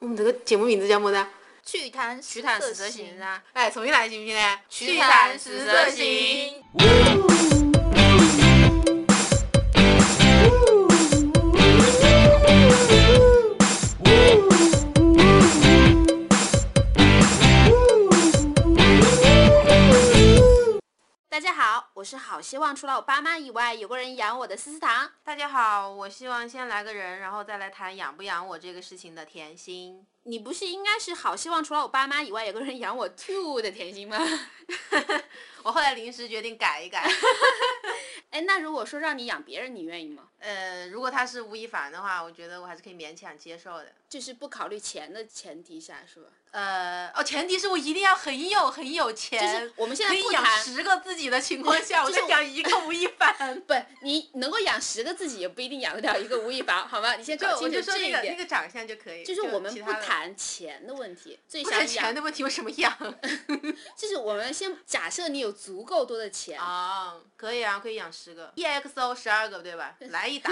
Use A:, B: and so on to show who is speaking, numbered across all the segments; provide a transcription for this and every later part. A: 我们这个节目名字叫么子？
B: 曲坛
A: 曲坛十色行啊！哎，重新来行不行呢？
B: 曲坛十色行。大家好，我是好希望除了我爸妈以外有个人养我的思思糖。
A: 大家好，我希望先来个人，然后再来谈养不养我这个事情的甜心。
B: 你不是应该是好希望除了我爸妈以外有个人养我 too 的甜心吗？
A: 我后来临时决定改一 改。
B: 哎，那如果说让你养别人，你愿意吗？
A: 呃，如果他是吴亦凡的话，我觉得我还是可以勉强接受的。
B: 就是不考虑钱的前提下，是吧？
A: 呃，哦，前提是我一定要很有很有钱。
B: 就是我们现
A: 呃
B: 在
A: 可以
B: 不
A: 养
B: 谈
A: 十个自己的情况 下，我
B: 就是
A: 再养一个吴亦凡。
B: 不，你能够养十个自己，也不一定养得了一个吴亦凡，好吗？你先
A: 就
B: 搞
A: 我
B: 清楚
A: 就说
B: 这
A: 那
B: 一
A: 个那
B: 点。
A: 个长相就可以。
B: 就是我们
A: 其
B: 不
A: 他的
B: 谈钱的问题，最
A: 不
B: 想
A: 谈钱
B: 养，
A: 的问题，我什么养？
B: 就是我们先假设你有足够多的钱，
A: 啊，可以啊，可以养十个，EXO 十二个对吧？来 一打，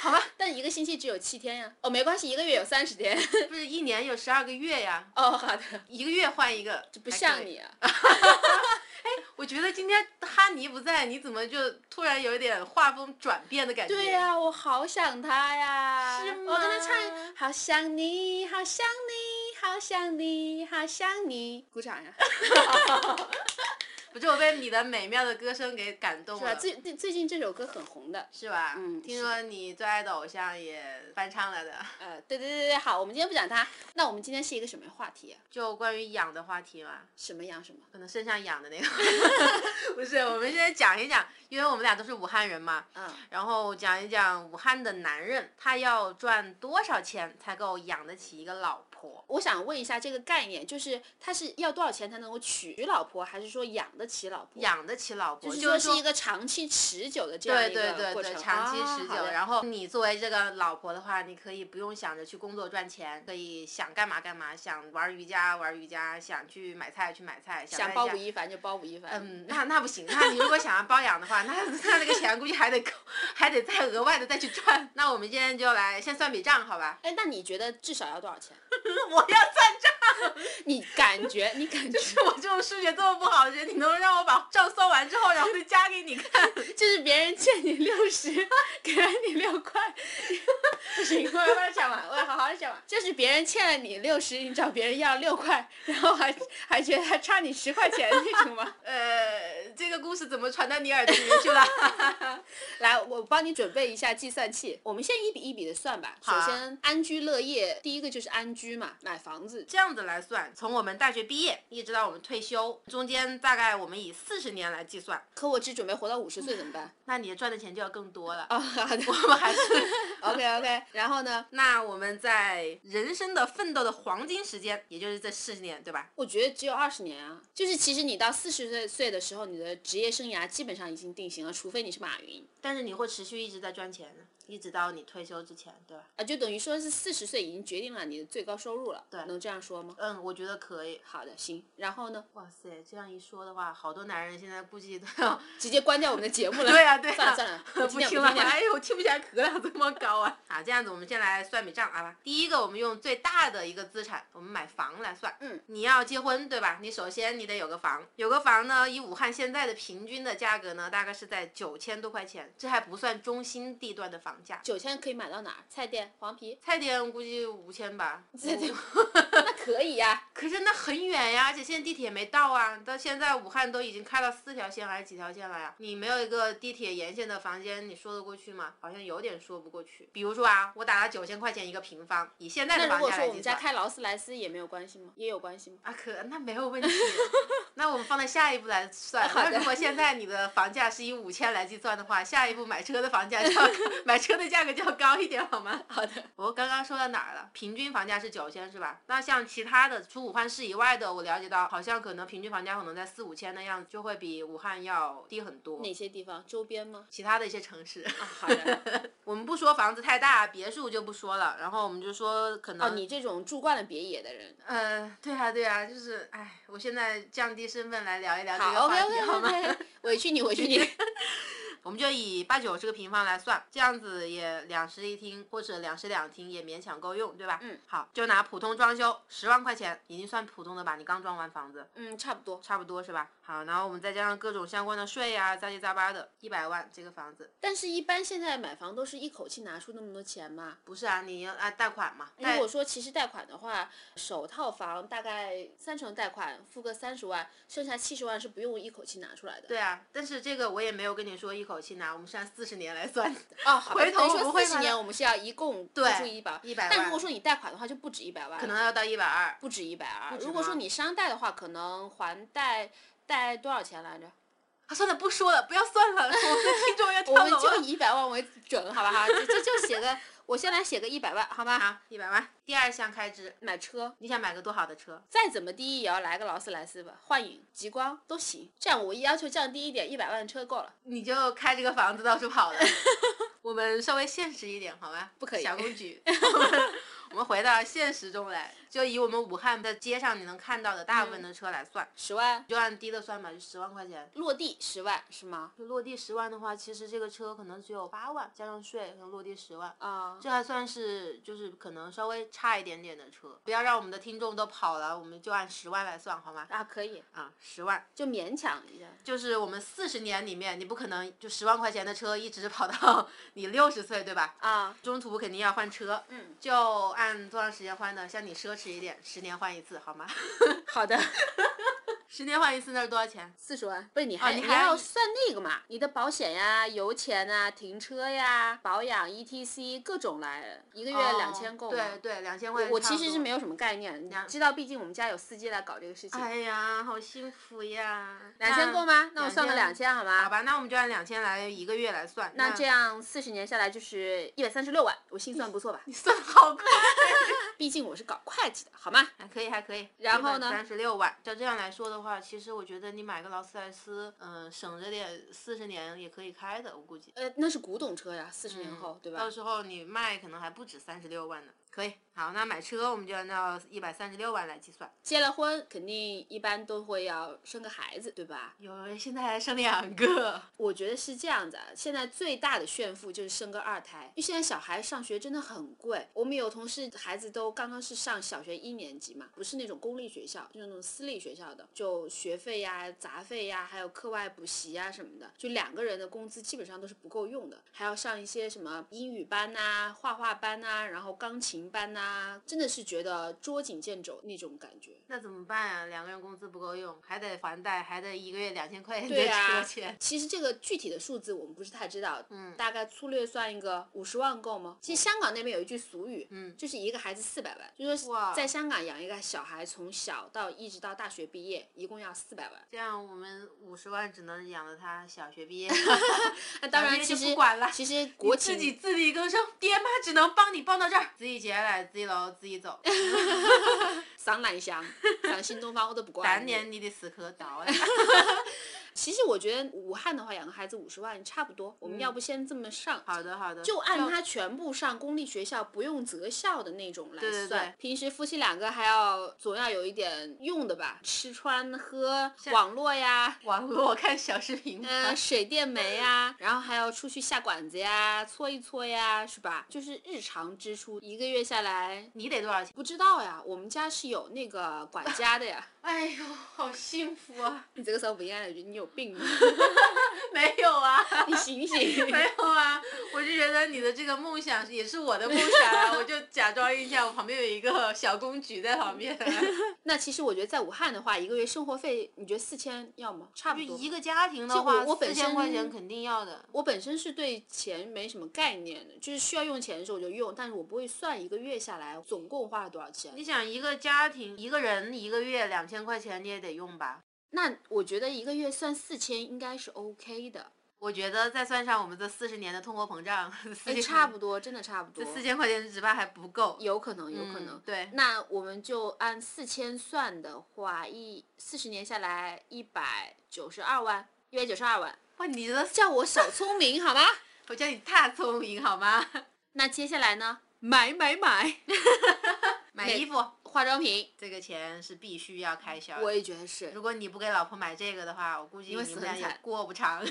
A: 好吧，
B: 但一个星期只有七天呀。哦，没关系，一个月有三十天。
A: 不是一年有十二个月呀，
B: 哦，好的，
A: 一个月换一个，
B: 不
A: 还可
B: 像
A: 以。
B: 你啊。
A: 我觉得今天哈尼不在，你怎么就突然有一点画风转变的感觉？
B: 对呀、我好想他呀！
A: 是
B: 我跟他
A: 吗
B: 唱，好想你，好想你，好想你，好想你，鼓掌呀！
A: 不是我被你的美妙的歌声给感动
B: 是吧？
A: 了，
B: 最最最近这首歌很红的。
A: 是吧？
B: 嗯
A: 听
B: 是
A: 说你最爱的偶像也翻唱了 的，
B: 呃，对对对对，好，我们今天不讲他。那我们今天是一个什么话题啊、
A: 就关于养的话题嘛。
B: 什么养什么？
A: 可能身上养的 那个， 不是，我们现在讲一讲，因为我们俩都是武汉人嘛，
B: 嗯，
A: 然后讲一讲武汉的男人，他要赚多少钱才够养得起一个老婆？
B: 我想问一下这个概念，就是他是要多少钱才能够娶老婆，还是说养得起老婆？
A: 养得起老婆，
B: 就是
A: 是
B: 说是一
A: 个
B: 个长期持久的这样
A: 对
B: 一
A: 对
B: 个
A: 对
B: 过
A: 对，
B: 程，
A: 长期
B: 啊
A: 持
B: 好
A: 久。
B: 的
A: 然后你作为这个老婆的话，你可以不用想着去工作赚钱，可以想干嘛干嘛，想玩瑜伽玩瑜伽，想去买菜去买菜，在
B: 想包
A: 家
B: 吴亦凡就包吴亦凡，
A: 嗯，那那不行，那你如果想要包养的话，那那那个钱估计还得够，还得再额外的再去赚。那我们今天就来先算笔账，好吧？
B: 哎，那你觉得至少要多少 钱？
A: 我要算账，
B: 你感觉，你感觉
A: 我这种数学这么不好的人，你能不能让我把账算完之后，然后再加给你 看？
B: 就是别人欠你六十，给了你六 块，不啊行，我要把它讲完，我要好好讲完。就是别人欠了你六十，你找别人要六块，然后还还觉得他差你十块钱那种吗？
A: 呃，这个故事怎么传到你耳朵里面去了？
B: 来，我帮你准备一下计算器，我们先一笔一笔的算吧。首
A: 好啊
B: 先，安居乐业，第一个就是安居嘛，买房子。
A: 这样子来算，从我们大学毕业一直到我们退休，中间大概我们以四十年来计算，
B: 可我只准备活到五十岁怎 么办？
A: 那你赚的钱就要更多了。
B: 啊、好的
A: 我们还是
B: ，OK OK。然后呢，
A: 那我们在人生的奋斗的黄金时间，也就是这四十年，对吧？
B: 我觉得只有二十年啊，就是其实你到四十岁岁的时候，你的职业生涯基本上已经定型了，除非你是马云
A: 但是你会持续一直在赚钱，一直到你退休之前，对吧？
B: 啊，就等于说是四十岁已经决定了你的最高收入了，
A: 对
B: 能这样说吗？
A: 嗯，我觉得可以。
B: 好的，行，然后呢，
A: 哇塞，这样一说的话，好多男人现在估计都要
B: 直接关掉我们的节 目了。
A: 对呀对呀
B: 算了算 了，啊不
A: 不
B: 听了
A: 听
B: 不
A: 了。
B: 听了。
A: 哎呦，我听不下去了，这么高啊！ 好，这样子我们先来算笔账啊。第一个，我们用最大的一个资产，我们买房来算。
B: 嗯，
A: 你要结婚对吧？你首先你得有个房，有个房呢，以武汉现在的平均的价格呢，大概是在九千多块钱，这还不算中心地段的房价。？
B: 九千可以买到哪儿？菜店、黄皮
A: 菜店估计五千吧，
B: 菜店那可 以呀、
A: 可是那很远呀，而且现在地铁没到啊。到现在武汉都已经开了四条线还是几条线了呀？你没有一个地铁沿线的房间，你说得过去吗？好像有点说不过去。比如说啊，我打了九千块钱一个平方，以现在
B: 那
A: 的
B: 如
A: 房
B: 果
A: 价
B: 说
A: 来
B: 我们
A: 计
B: 家
A: 算。
B: 开劳斯莱斯也没有关系吗？也有关系吗？
A: 啊，可那没有问题。那我们放在下一步来算。
B: 好的
A: 那如果现在你的房价是以五千来计算的话，下一步买车的房价就要 买车的价格就要高一点，好吗？
B: 好的，
A: 我刚刚说到哪儿了？平均房价是九千是吧？那像其他的除武汉市以外的，我了解到好像可能平均房价可能在四五千的样子，就会比武汉要低很多。
B: 哪些地方？周边吗？
A: 其他的一些城市，
B: 啊，好的。
A: 我们不说房子太大，别墅就不说了，然后我们就说可能、
B: 哦，你这种住惯了别野的人，
A: 呃，对啊对啊，就是哎，我现在降低身份来聊一聊这个
B: 好
A: 话题
B: ，OK OK
A: 好吗？
B: OK，委屈你，委屈你。
A: 我们就以八九这个平方来算，这样子也两室一厅或者两室两厅也勉强够用，对吧？
B: 嗯，
A: 好，就拿普通装修十万块钱，已经算普通的吧？你刚装完房子，
B: 嗯，差不多。
A: 差不多是吧？好，然后我们再加上各种相关的税呀、杂七杂八的，一百万这个房子
B: 但是，一般现在买房都是一口气拿出那么多钱嘛。
A: 不是啊，你要按贷款嘛？
B: 如
A: 贷
B: 果说其实贷款的话，首套房大概三成贷款，付个三十万，剩下七十万是不用一口气拿出来的。
A: 对啊，但是这个我也没有跟你说一口气拿，我们是按四十年来算的。
B: 哦，好吧
A: 回头
B: 等于
A: 我不
B: 说
A: 会
B: 四
A: 拿
B: 十
A: 的
B: 年我们是要一共付出一百
A: 100万
B: 但如果说你贷款的话，就不止一百万，
A: 可能要到一百二，
B: 不止一百二。
A: 止
B: 如果说
A: 吗
B: 你商贷的话，可能还贷贷多少钱来着？
A: 啊，算了，不说了，不要算了，我们的听 众要跳
B: 我们
A: 楼
B: 就
A: 了。
B: 以一百万为准，好吧哈，这这就写个，我先来写个一百万，好吧？
A: 好，一百万。第二项开支，
B: 买车，
A: 你想买个多好的车？
B: 再怎么低也要来个劳斯莱斯吧，幻影、极光都行。这样我要求降低一点，一百万车够了。
A: 你就开这个房子到处跑 了。我们稍微现实一点，好吧？
B: 不可以
A: 小公 举。我们我们回到现实中来，就以我们武汉的街上你能看到的大
B: 嗯
A: 部分的车来算，
B: 十万
A: 你就按低的算吧，就十万块钱。
B: 落地十万是吗？
A: 就落地十万的话，其实这个车可能只有八万，加上税，可能落地十万。
B: 啊、
A: 这还算是就是可能稍微差一点点的车，不要让我们的听众都跑了，我们就按十万来算好吗？
B: 啊，可以，
A: 啊，十万
B: 就勉强一下。
A: 就是我们四十年里面，你不可能就十万块钱的车一直跑到 你六十岁，对吧？
B: 啊，
A: 中途肯定要换车，
B: 嗯，
A: 就按多长时间换呢？像你奢侈一点，十年换一次好吗？
B: 好的，
A: 十年换一次那是多少钱？
B: 四十万，不是你
A: 啊
B: 还、
A: 你
B: 你
A: 还
B: 要算那个嘛？你的保险呀、油钱啊、停车呀、保养 ETC 各种来，一个月两千够吗？
A: 哦对对，两千块。
B: 我其实是没。有什么概念，你知道，毕竟我们家有司机来搞这个事情。
A: 哎呀，好幸福呀！
B: 两千够吗？那我算个两
A: 两
B: 千好吗？
A: 好。吧，那我们就按两千来一个月来算。
B: 那这样四十年下来就是一百三十六万，我心算不错吧？
A: 你算好快。
B: 毕竟我是搞会计的，好吗？
A: 还可以，还可以。
B: 然后呢
A: 三十六万，照这样来说的话，其实我觉得你买个劳斯莱斯，嗯、省着点，四十年也可以开的，我估计。嗯
B: 呃，那是古董车呀，四十年后、对吧
A: 到？时候你卖可能还不止三十六万呢。可以，好，那买车我们就按照一百三十六万来计算。
B: 结了婚肯定一般都会要生个孩子，对吧？
A: 有人现在还生两个，
B: 我觉得是这样子啊，现在最大的炫富就是生个二胎，因为现在小孩上学真的很贵。我们有同事孩子都刚刚是上小学一年级嘛，不是那种公立学校，就是那种私立学校的，就学费呀、杂费呀，还有课外补习呀什么的，就两个人的工资基本上都是不够用的，还要上一些什么英语班呐、画画班呐、然后钢琴班呐、真的是觉得捉襟见肘那种感觉。
A: 那怎么办啊？两个人工资不够用，还得还贷，还得一个月两千块钱
B: 对
A: 的
B: 呀、
A: 车钱。
B: 哎其实这个具体的数字我们不是太知道，
A: 嗯
B: 大概粗略算一个五十万够吗？其实香港那边有一句俗语，
A: 嗯
B: 就是一个孩子四百万，就说
A: 哇
B: 在香港养一个小孩从小到一直到大学毕业，一共要四百万。
A: 这样我们五十万只能养着他小学毕业，
B: 那当
A: 小
B: 然，
A: 学
B: 其
A: 就
B: 实
A: 不管了
B: 其实
A: 我
B: 国
A: 自
B: 情
A: 己 自力更生，爹妈只能帮你帮到这儿，自己节来，自己搂，自己 走。
B: 上来香，上新东方我都不管。
A: 当年你的死磕啊 倒呀！
B: 其实我觉得武汉的话，养个孩子五十万差不多。我们要不先这么上，
A: 嗯好的好的，
B: 就按他全部上公立学校不用择校的那种来算。
A: 对对对
B: 平时夫妻两个还要总要有一点用的吧，吃穿喝、网络呀。
A: 网络看小视频吧。
B: 嗯、水电煤呀，然后还要出去下馆子呀，搓一搓呀，是吧？就是日常支出，一个月下来
A: 你得多少钱？
B: 不知道呀。我们家是有那个管家的呀。
A: 哎呦，好幸福啊！
B: 你这个时候不应该来一句你有病吗？
A: 没有啊，
B: 你醒醒！
A: 没有啊，我就觉得你的这个梦想也是我的梦想啊，我就假装一下，我旁边有一个小公举在旁边，啊
B: 那其实我觉得在武汉的话，一个月生活费，你觉得四千要吗？差
A: 就
B: 不 多。
A: 一个家庭的
B: 就
A: 话，
B: 我我本
A: 四千块
B: 身
A: 钱肯定要的。
B: 我本身是对钱没什么概念的，就是需要用钱的时候我就用，但是我不会算一个月下来总共花了多少钱。
A: 你想一个家庭一个人一个月两千块钱，你也得用吧？
B: 那我觉得一个月算四千应该是 OK 的，
A: 我觉得再算上我们这四十年的通货膨胀，四
B: 哎，
A: 千
B: 差不多，真的差不多
A: 这，四千块钱只怕还不够，
B: 有可能，有可能。
A: 嗯对，
B: 那我们就按四千算的话，一四十年下来一百九十二万，一百九十二万，
A: 哇，你这
B: 叫我小聪明好吗？
A: 我叫你大聪明好吗？
B: 那接下来呢？买买买，
A: 买
B: 每
A: 衣服，
B: 花化妆品，
A: 这个钱是必须要开销的。
B: 我也觉得是。
A: 如果你不给老婆买这个的话，我估计
B: 会
A: 你
B: 死
A: 们俩
B: 很
A: 也
B: 惨
A: 过不 长。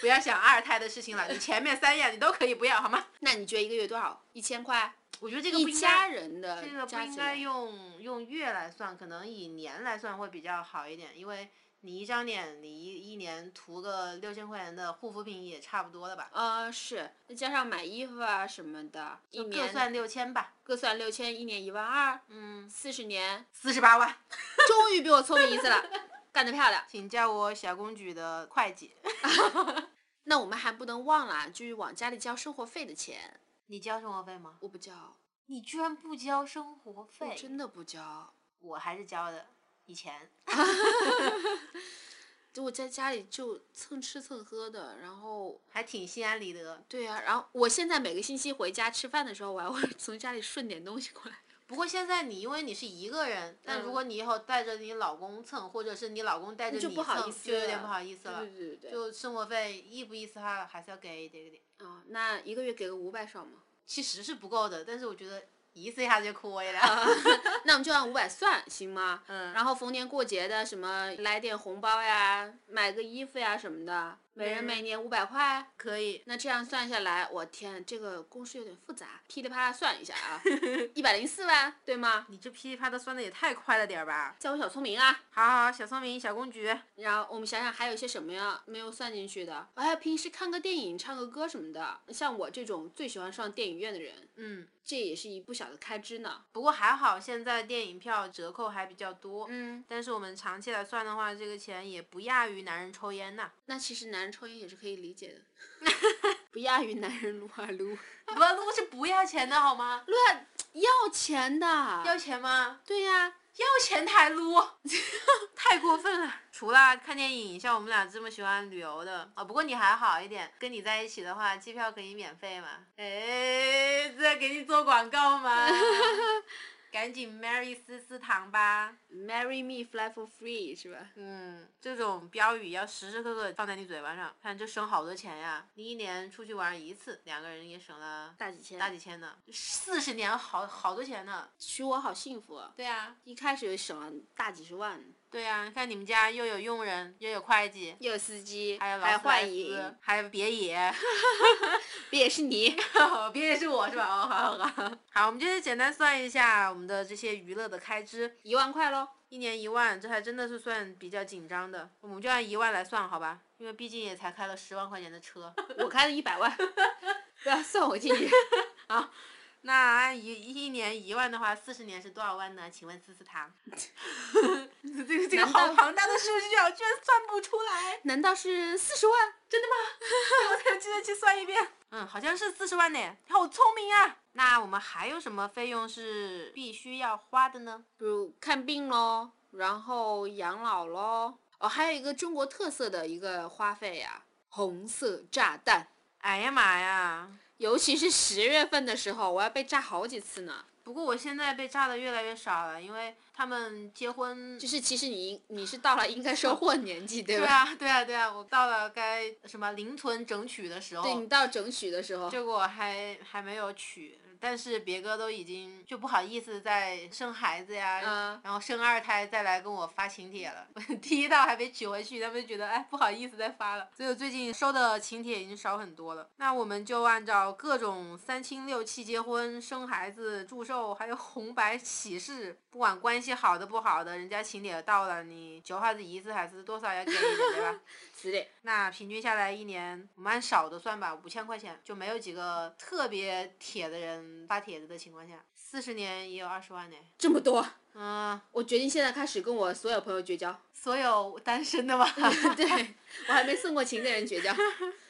A: 不要想二胎的事情了，你前面三样你都可以不要，好吗？
B: 那你觉得一个月多少？一千块？
A: 我觉得这个不
B: 一
A: 应该，
B: 家人的
A: 这个不
B: 加
A: 应
B: 起
A: 该
B: 来，
A: 用用月来算，可能以年来算会比较好一点，因为你一张脸，你一一年涂个六千块钱的护肤品也差不多了吧？
B: 呃，是，再加上买衣服啊什么的，一
A: 就各
B: 年
A: 算六千吧，
B: 各算六千，一年一万二，
A: 嗯，
B: 四十年，
A: 四十八万，
B: 终于比我聪明一次了， 干得漂亮。
A: 请叫我小公举的会计。
B: 那我们还不能忘了，啊就是往家里交生活费的钱，
A: 你交生活费吗？
B: 我不交，
A: 你居然不交生活
B: 我
A: 费？
B: 真的不交。
A: 我还是交的，以前。
B: 就我在家里就蹭吃蹭喝的，然后
A: 还挺心安理得。
B: 对呀、然后我现在每个星期回家吃饭的时候，我还会 从家里顺点东西过来。
A: 不过现在你因为你是一个人，但如
B: 嗯
A: 果你以后带着你老公蹭，或者是你老公带着你
B: 就
A: 蹭，
B: 不好意思
A: 就有点
B: 了
A: 不好意思了。
B: 对对对对，
A: 就生活费意不意思哈，还是要给一点点。
B: 啊、那一个月给个五百爽吗？
A: 其实是不够的，但是我觉得意思一下就可以了。
B: 那我们就按五百算行吗？
A: 嗯，
B: 然后逢年过节的什么来点红包呀，买个衣服呀什么的，每人每年五百块。
A: 可以。
B: 那这样算下来，我天，这个公式有点复杂，噼里啪啦算一下 啊，一百零四万，对吗？
A: 你这噼里啪啦算的也太快了点儿吧？
B: 叫我小聪明啊！
A: 好好，好小聪明，小公举，
B: 然后我们想想还有一些什么呀没有算进去的，哎，平时看个电影、唱个歌什么的，像我这种最喜欢上电影院的人，
A: 嗯。
B: 这也是一不小的开支呢。
A: 不过还好，现在电影票折扣还比较多。
B: 嗯，
A: 但是我们长期来算的话，这个钱也不亚于男人抽烟呐。
B: 那其实男人抽烟也是可以理解的， 不亚于男人撸啊 撸，
A: 不，那是不要钱的好吗？
B: 啊要钱的。
A: 要钱吗？
B: 对呀、
A: 要钱才撸，太过分了。除了看电影，像我们俩这么喜欢旅游的啊、不过你还好一点，跟你在一起的话，机票可以免费嘛。哎，这给你做广告吗？ 赶紧 marry 思思糖吧。
B: m a r r y me, fly for free 是吧？
A: 嗯，这种标语要时时刻刻放在你嘴巴上，看这省好多钱呀！你一年出去玩一次，两个人也省了
B: 大几千，
A: 大几千呢，四十年好好多钱呢。
B: 娶我好幸福啊！
A: 对呀、
B: 一开始省了大几十万，
A: 对呀、看你们家又有佣人，又有会计，
B: 又有司机，
A: 还有劳
B: 还有嗯
A: 斯莱
B: 幻
A: 斯
B: 影，，
A: 还有别野，
B: 不也是你？
A: 别野是我是吧？哦，好好好， 好，我们就是简单算一下我们的这些娱乐的开支，
B: 一万块喽。
A: 一年一万，这还真的是算比较紧张的，我们就按一万来算好吧，因为毕竟也才开了十万块钱的车，
B: 我开了一百万， 不要算我进去。
A: 那按一一年一万的话，四十年是多少万呢？请问思思堂， 这个这个
B: 难
A: 好
B: 道
A: 庞大的数据啊，我居然算不出来，
B: 难道是四十万？
A: 我才记得去算一遍。嗯，好像是四十万呢，你好聪明啊！那我们还有什么费用是必须要花的呢？
B: 比如看病喽，然后养老喽。哦，还有一个中国特色的一个花费呀、红色炸弹。
A: 哎呀妈呀！
B: 尤其是十月份的时候，我要被炸好几次呢。
A: 不过我现在被炸的越来越少了，因为他们结婚
B: 就。是其实你你是到了应该收获的年纪，对
A: 对
B: 吧？
A: 啊，对啊，对啊！我到了该什么零存整取的时
B: 对
A: 候
B: 你，到整取的时候，
A: 结果还还没有取，但是别哥都已经就不好意思再生孩子呀，
B: 嗯
A: 然后生二胎再来跟我发请帖了。 第一道还没取回去，他们就觉得哎不好意思再发了，所以我最近收的请帖已经少很多了。那我们就按照各种三亲六戚结婚、生孩子、祝寿，还有红白喜事，不管关系好的不好的，人家请帖到了，你九号子一次还是多少要给一点，对吧？
B: 死得
A: 那平均下来一年，我们按少的算吧，五千块钱就没有几个特别铁的人发帖子的情况下，四十年也有二十万呢。
B: 这么多。
A: 嗯，
B: 我决定现在开始跟我所有朋友绝交。
A: 所有单身 的吧。
B: 对我还没送过情的人绝交。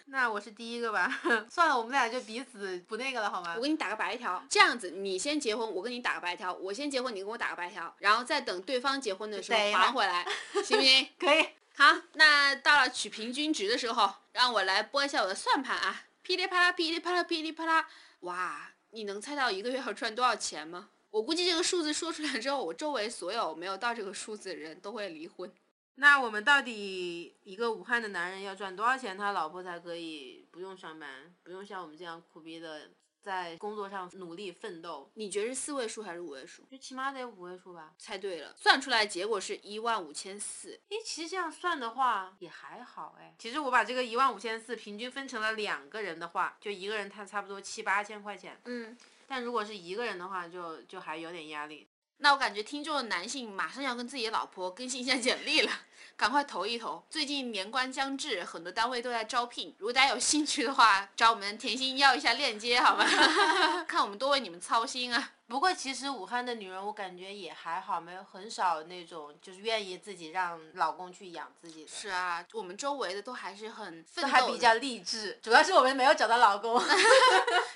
A: 那我是第一个吧。 算了，我们俩就彼此不那个了，好吗
B: 我？给你打个白条，这样子你先结婚，我给你打个白条，我先结婚，你给我打个白条，然后再等对方结婚的时候
A: 对了
B: 还回来，行不行？
A: 可以。
B: 好，那到了取平均值的时候，让我来拨一下我的算盘啊，噼里啪啦，噼里啪啦，噼里啪啦，哇，你能猜到一个月要赚多少钱吗？我估计这个数字说出来之后，我周围所有没有到这个数字的人都会离婚。
A: 那我们到底一个武汉的男人要赚多少钱，他老婆才可以不用上班，不用像我们这样苦逼的在工作上努力奋斗，
B: 你觉得是四位数还是五位数？
A: 就起码得五位数吧。
B: 猜对了，算出来结果是一万五千四。
A: 诶，其实这样算的话也还好哎。其实我把这个一万五千四平均分成了两个人的话，就一个人他差不多七八千块钱，
B: 嗯，
A: 但如果是一个人的话就，就还有点压力。
B: 那我感觉听众的男性马上要跟自己的老婆更新一下简历了，赶快投一投。最近年关将至，很多单位都在招聘，如果大家有兴趣的话，找我们甜心要一下链接好吗？ 看我们多为你们操心啊。
A: 不过其实武汉的女人，我感觉也还好，没有很少那种就是愿意自己让老公去养自己的，
B: 是啊，我们周围的都还是很
A: 这
B: 奋斗，
A: 还比较。励志。主要是我们没有找到老 公，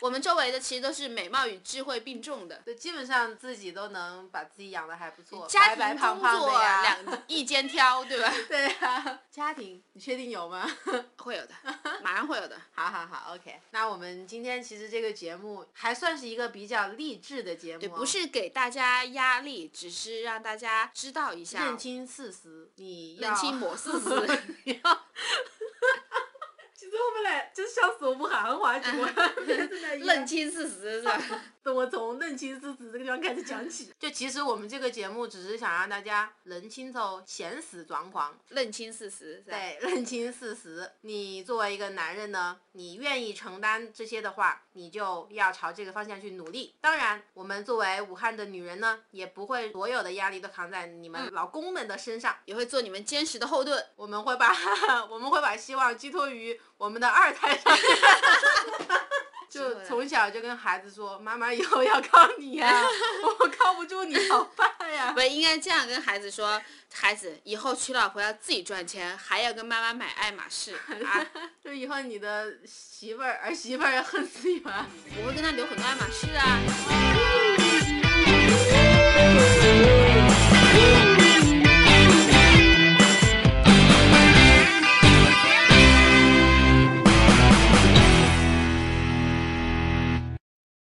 B: 我们周围的其实都是美貌与智慧并重的，
A: 对，基本上自己都能把自己养的还不错，白
B: 家庭
A: 白胖
B: 工
A: 胖
B: 作
A: 的呀。
B: 两 一肩挑，对吧？
A: 对呀、家庭，你确定有吗？
B: 会有的，马上会有的。
A: 好好好，OK。那我们今天其实这个节目还算是一个比较励志的节目、哦
B: 对，不。是给大家压力，只是让大家知道一下，
A: 认清事实，你要
B: 认清某事实
A: 你要。其实我们俩就是笑死我不含糊， 结果真的
B: 认清事实是吧？
A: 等我从认清事实这个地方开始讲起。 就其实我们这个节目只是想让大家认清楚现实状况，
B: 认清事实是吧？
A: 对，啊认清事实。你作为一个男人呢，你愿意承担这些的话，你就要朝这个方向去努力。当然，我们作为武汉的女人呢，也不会所有的压力都扛在你们老公们的身上。
B: 也会做你们坚实的后盾。
A: 我们会把 我们会把希望寄托于我们的二胎上面。
B: 是
A: 就
B: 的
A: 从小就跟孩子说，妈妈以后要靠你呀、 我靠不住你老爸呀。
B: 不是应该这样跟孩子说：孩子，以后娶老婆要自己赚钱，还要跟妈妈买爱马仕啊！
A: 就以后你的媳妇儿儿媳妇儿恨死你们。啊
B: 我会跟他留很多爱马仕啊。
C: Thank